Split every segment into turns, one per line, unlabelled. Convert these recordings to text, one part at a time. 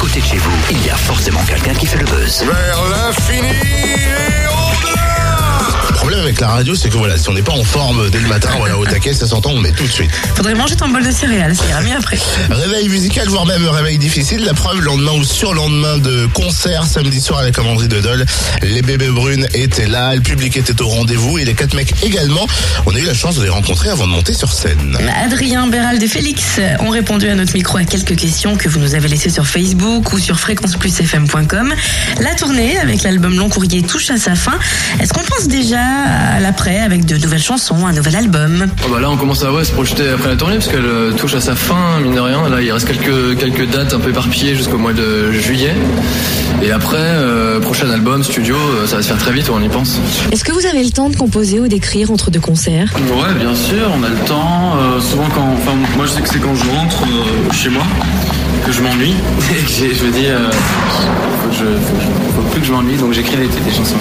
côté de chez vous, il y a forcément quelqu'un qui fait le buzz.
Vers l'infini et au-delà
Le problème avec la radio, c'est que voilà, si on n'est pas en forme dès le matin, voilà, au taquet, ça s'entend, on met tout de suite.
Faudrait manger ton bol de céréales, ça ira mieux après.
Réveil musical, voire même réveil difficile. La preuve, lendemain ou surlendemain de concert, samedi soir à la commanderie de Dole, les bébés brunes étaient là, le public était au rendez-vous et les quatre mecs également. On a eu la chance de les rencontrer avant de monter sur scène.
Adrien, Bérald et Félix ont répondu à notre micro à quelques questions que vous nous avez laissées sur Facebook ou sur fréquenceplusfm.com. La tournée avec l'album Long Courrier touche à sa fin. Est-ce qu'on pense déjà à l'après avec de nouvelles chansons, un nouvel album
Oh bah là, on commence à ouais, se projeter après la tournée parce qu'elle euh, touche à sa fin, mine de rien. Là, il reste quelques, quelques dates un peu éparpillées jusqu'au mois de juillet. Et après, euh, prochain album, studio, euh, ça va se faire très vite, on y pense.
Est-ce que vous avez le temps de composer ou d'écrire entre deux concerts
Ouais, bien sûr, on a le temps. Euh, souvent, quand. Enfin, moi, je sais que c'est quand je rentre euh, chez moi que je m'ennuie. Et que j'ai- je me dis, euh, faut, que je, faut, que je- faut plus que je m'ennuie, donc j'écris des, des chansons.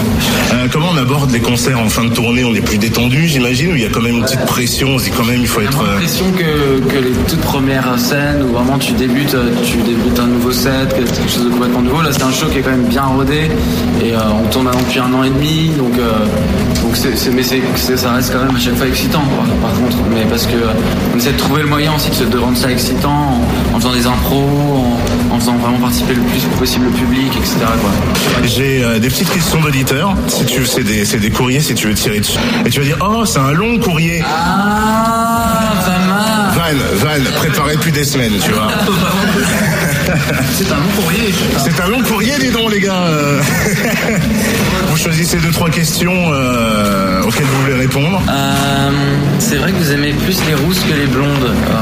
Euh, comment on aborde les concerts en fin de tournée On est plus détendu, j'imagine, ou il y a quand même une petite pression On se dit quand même, il faut être.
J'ai
euh,
l'impression que, que les toutes premières scènes où vraiment tu débutes, euh, tu débutes un nouveau set, que c'est quelque chose de complètement nouveau. Là, c'est un show qui est quand même bien rodé et euh, on tourne maintenant depuis un an et demi, donc, euh, donc c'est, c'est- mais c'est, c'est- ça reste quand même à chaque fois excitant. quoi, par contre, mais parce que euh, on essaie de trouver le moyen aussi de, se- de rendre ça excitant en, en faisant des impros, en, en faisant vraiment participer le plus possible le public, etc. Quoi.
J'ai euh, des petites questions d'auditeurs. Si tu c'est des c'est des courriers si tu veux tirer dessus. Et tu vas dire oh c'est un long courrier.
Ah, pas mal.
Van Van préparé depuis des semaines tu vois.
C'est un bon courrier.
C'est un long courrier dis donc les gars. euh. vous choisissez deux trois questions euh, auxquelles vous voulez répondre.
Euh, c'est vrai que vous aimez plus les rousses que les blondes. Euh,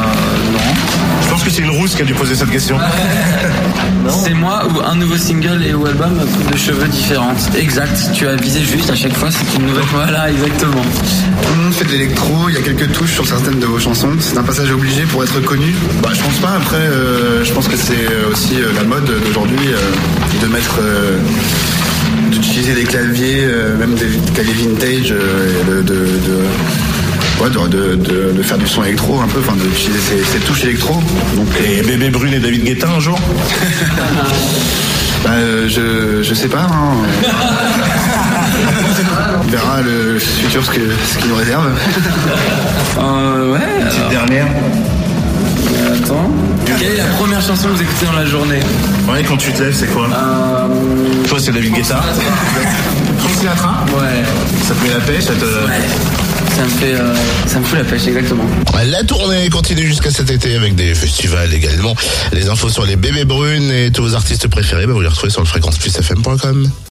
Je pense que c'est une rousse qui a dû poser cette question.
non. C'est moi ou un nouveau single et ou album à coupe de cheveux différente. Exact. Tu as visé juste à chaque fois. C'est une nouvelle. Voilà, exactement.
Tout le monde fait Mmh, de l'électro, il y a quelques touches sur certaines de vos chansons. C'est un passage obligé pour être connu Bah je pense pas, après euh, je pense que c'est aussi euh, la mode d'aujourd'hui euh, de mettre euh, d'utiliser des claviers, euh, même des claviers vintage, euh, et de, de, de- ouais, de- de- de- de faire du son électro un peu, enfin d'utiliser ces, ces touches électro. Donc
Et bébé Brune et David Guetta un jour.
bah, euh, je, je sais pas hein. On verra le futur ce que ce qu'il nous réserve.
Euh, ouais.
Petite dernière.
alors, attends. Quelle est la première chanson que vous écoutez dans la journée
Ouais quand tu te lèves c'est quoi
euh,
Toi c'est David Guetta. Frank Sinatra.
Ouais.
Ça te met la paix ça te.
Ça me fait. euh, ça me fout la pêche, exactement.
La tournée continue jusqu'à cet été avec des festivals également. Les infos sur les bébés brunes et tous vos artistes préférés, bah, vous les retrouvez sur le fréquenceplusfm.com.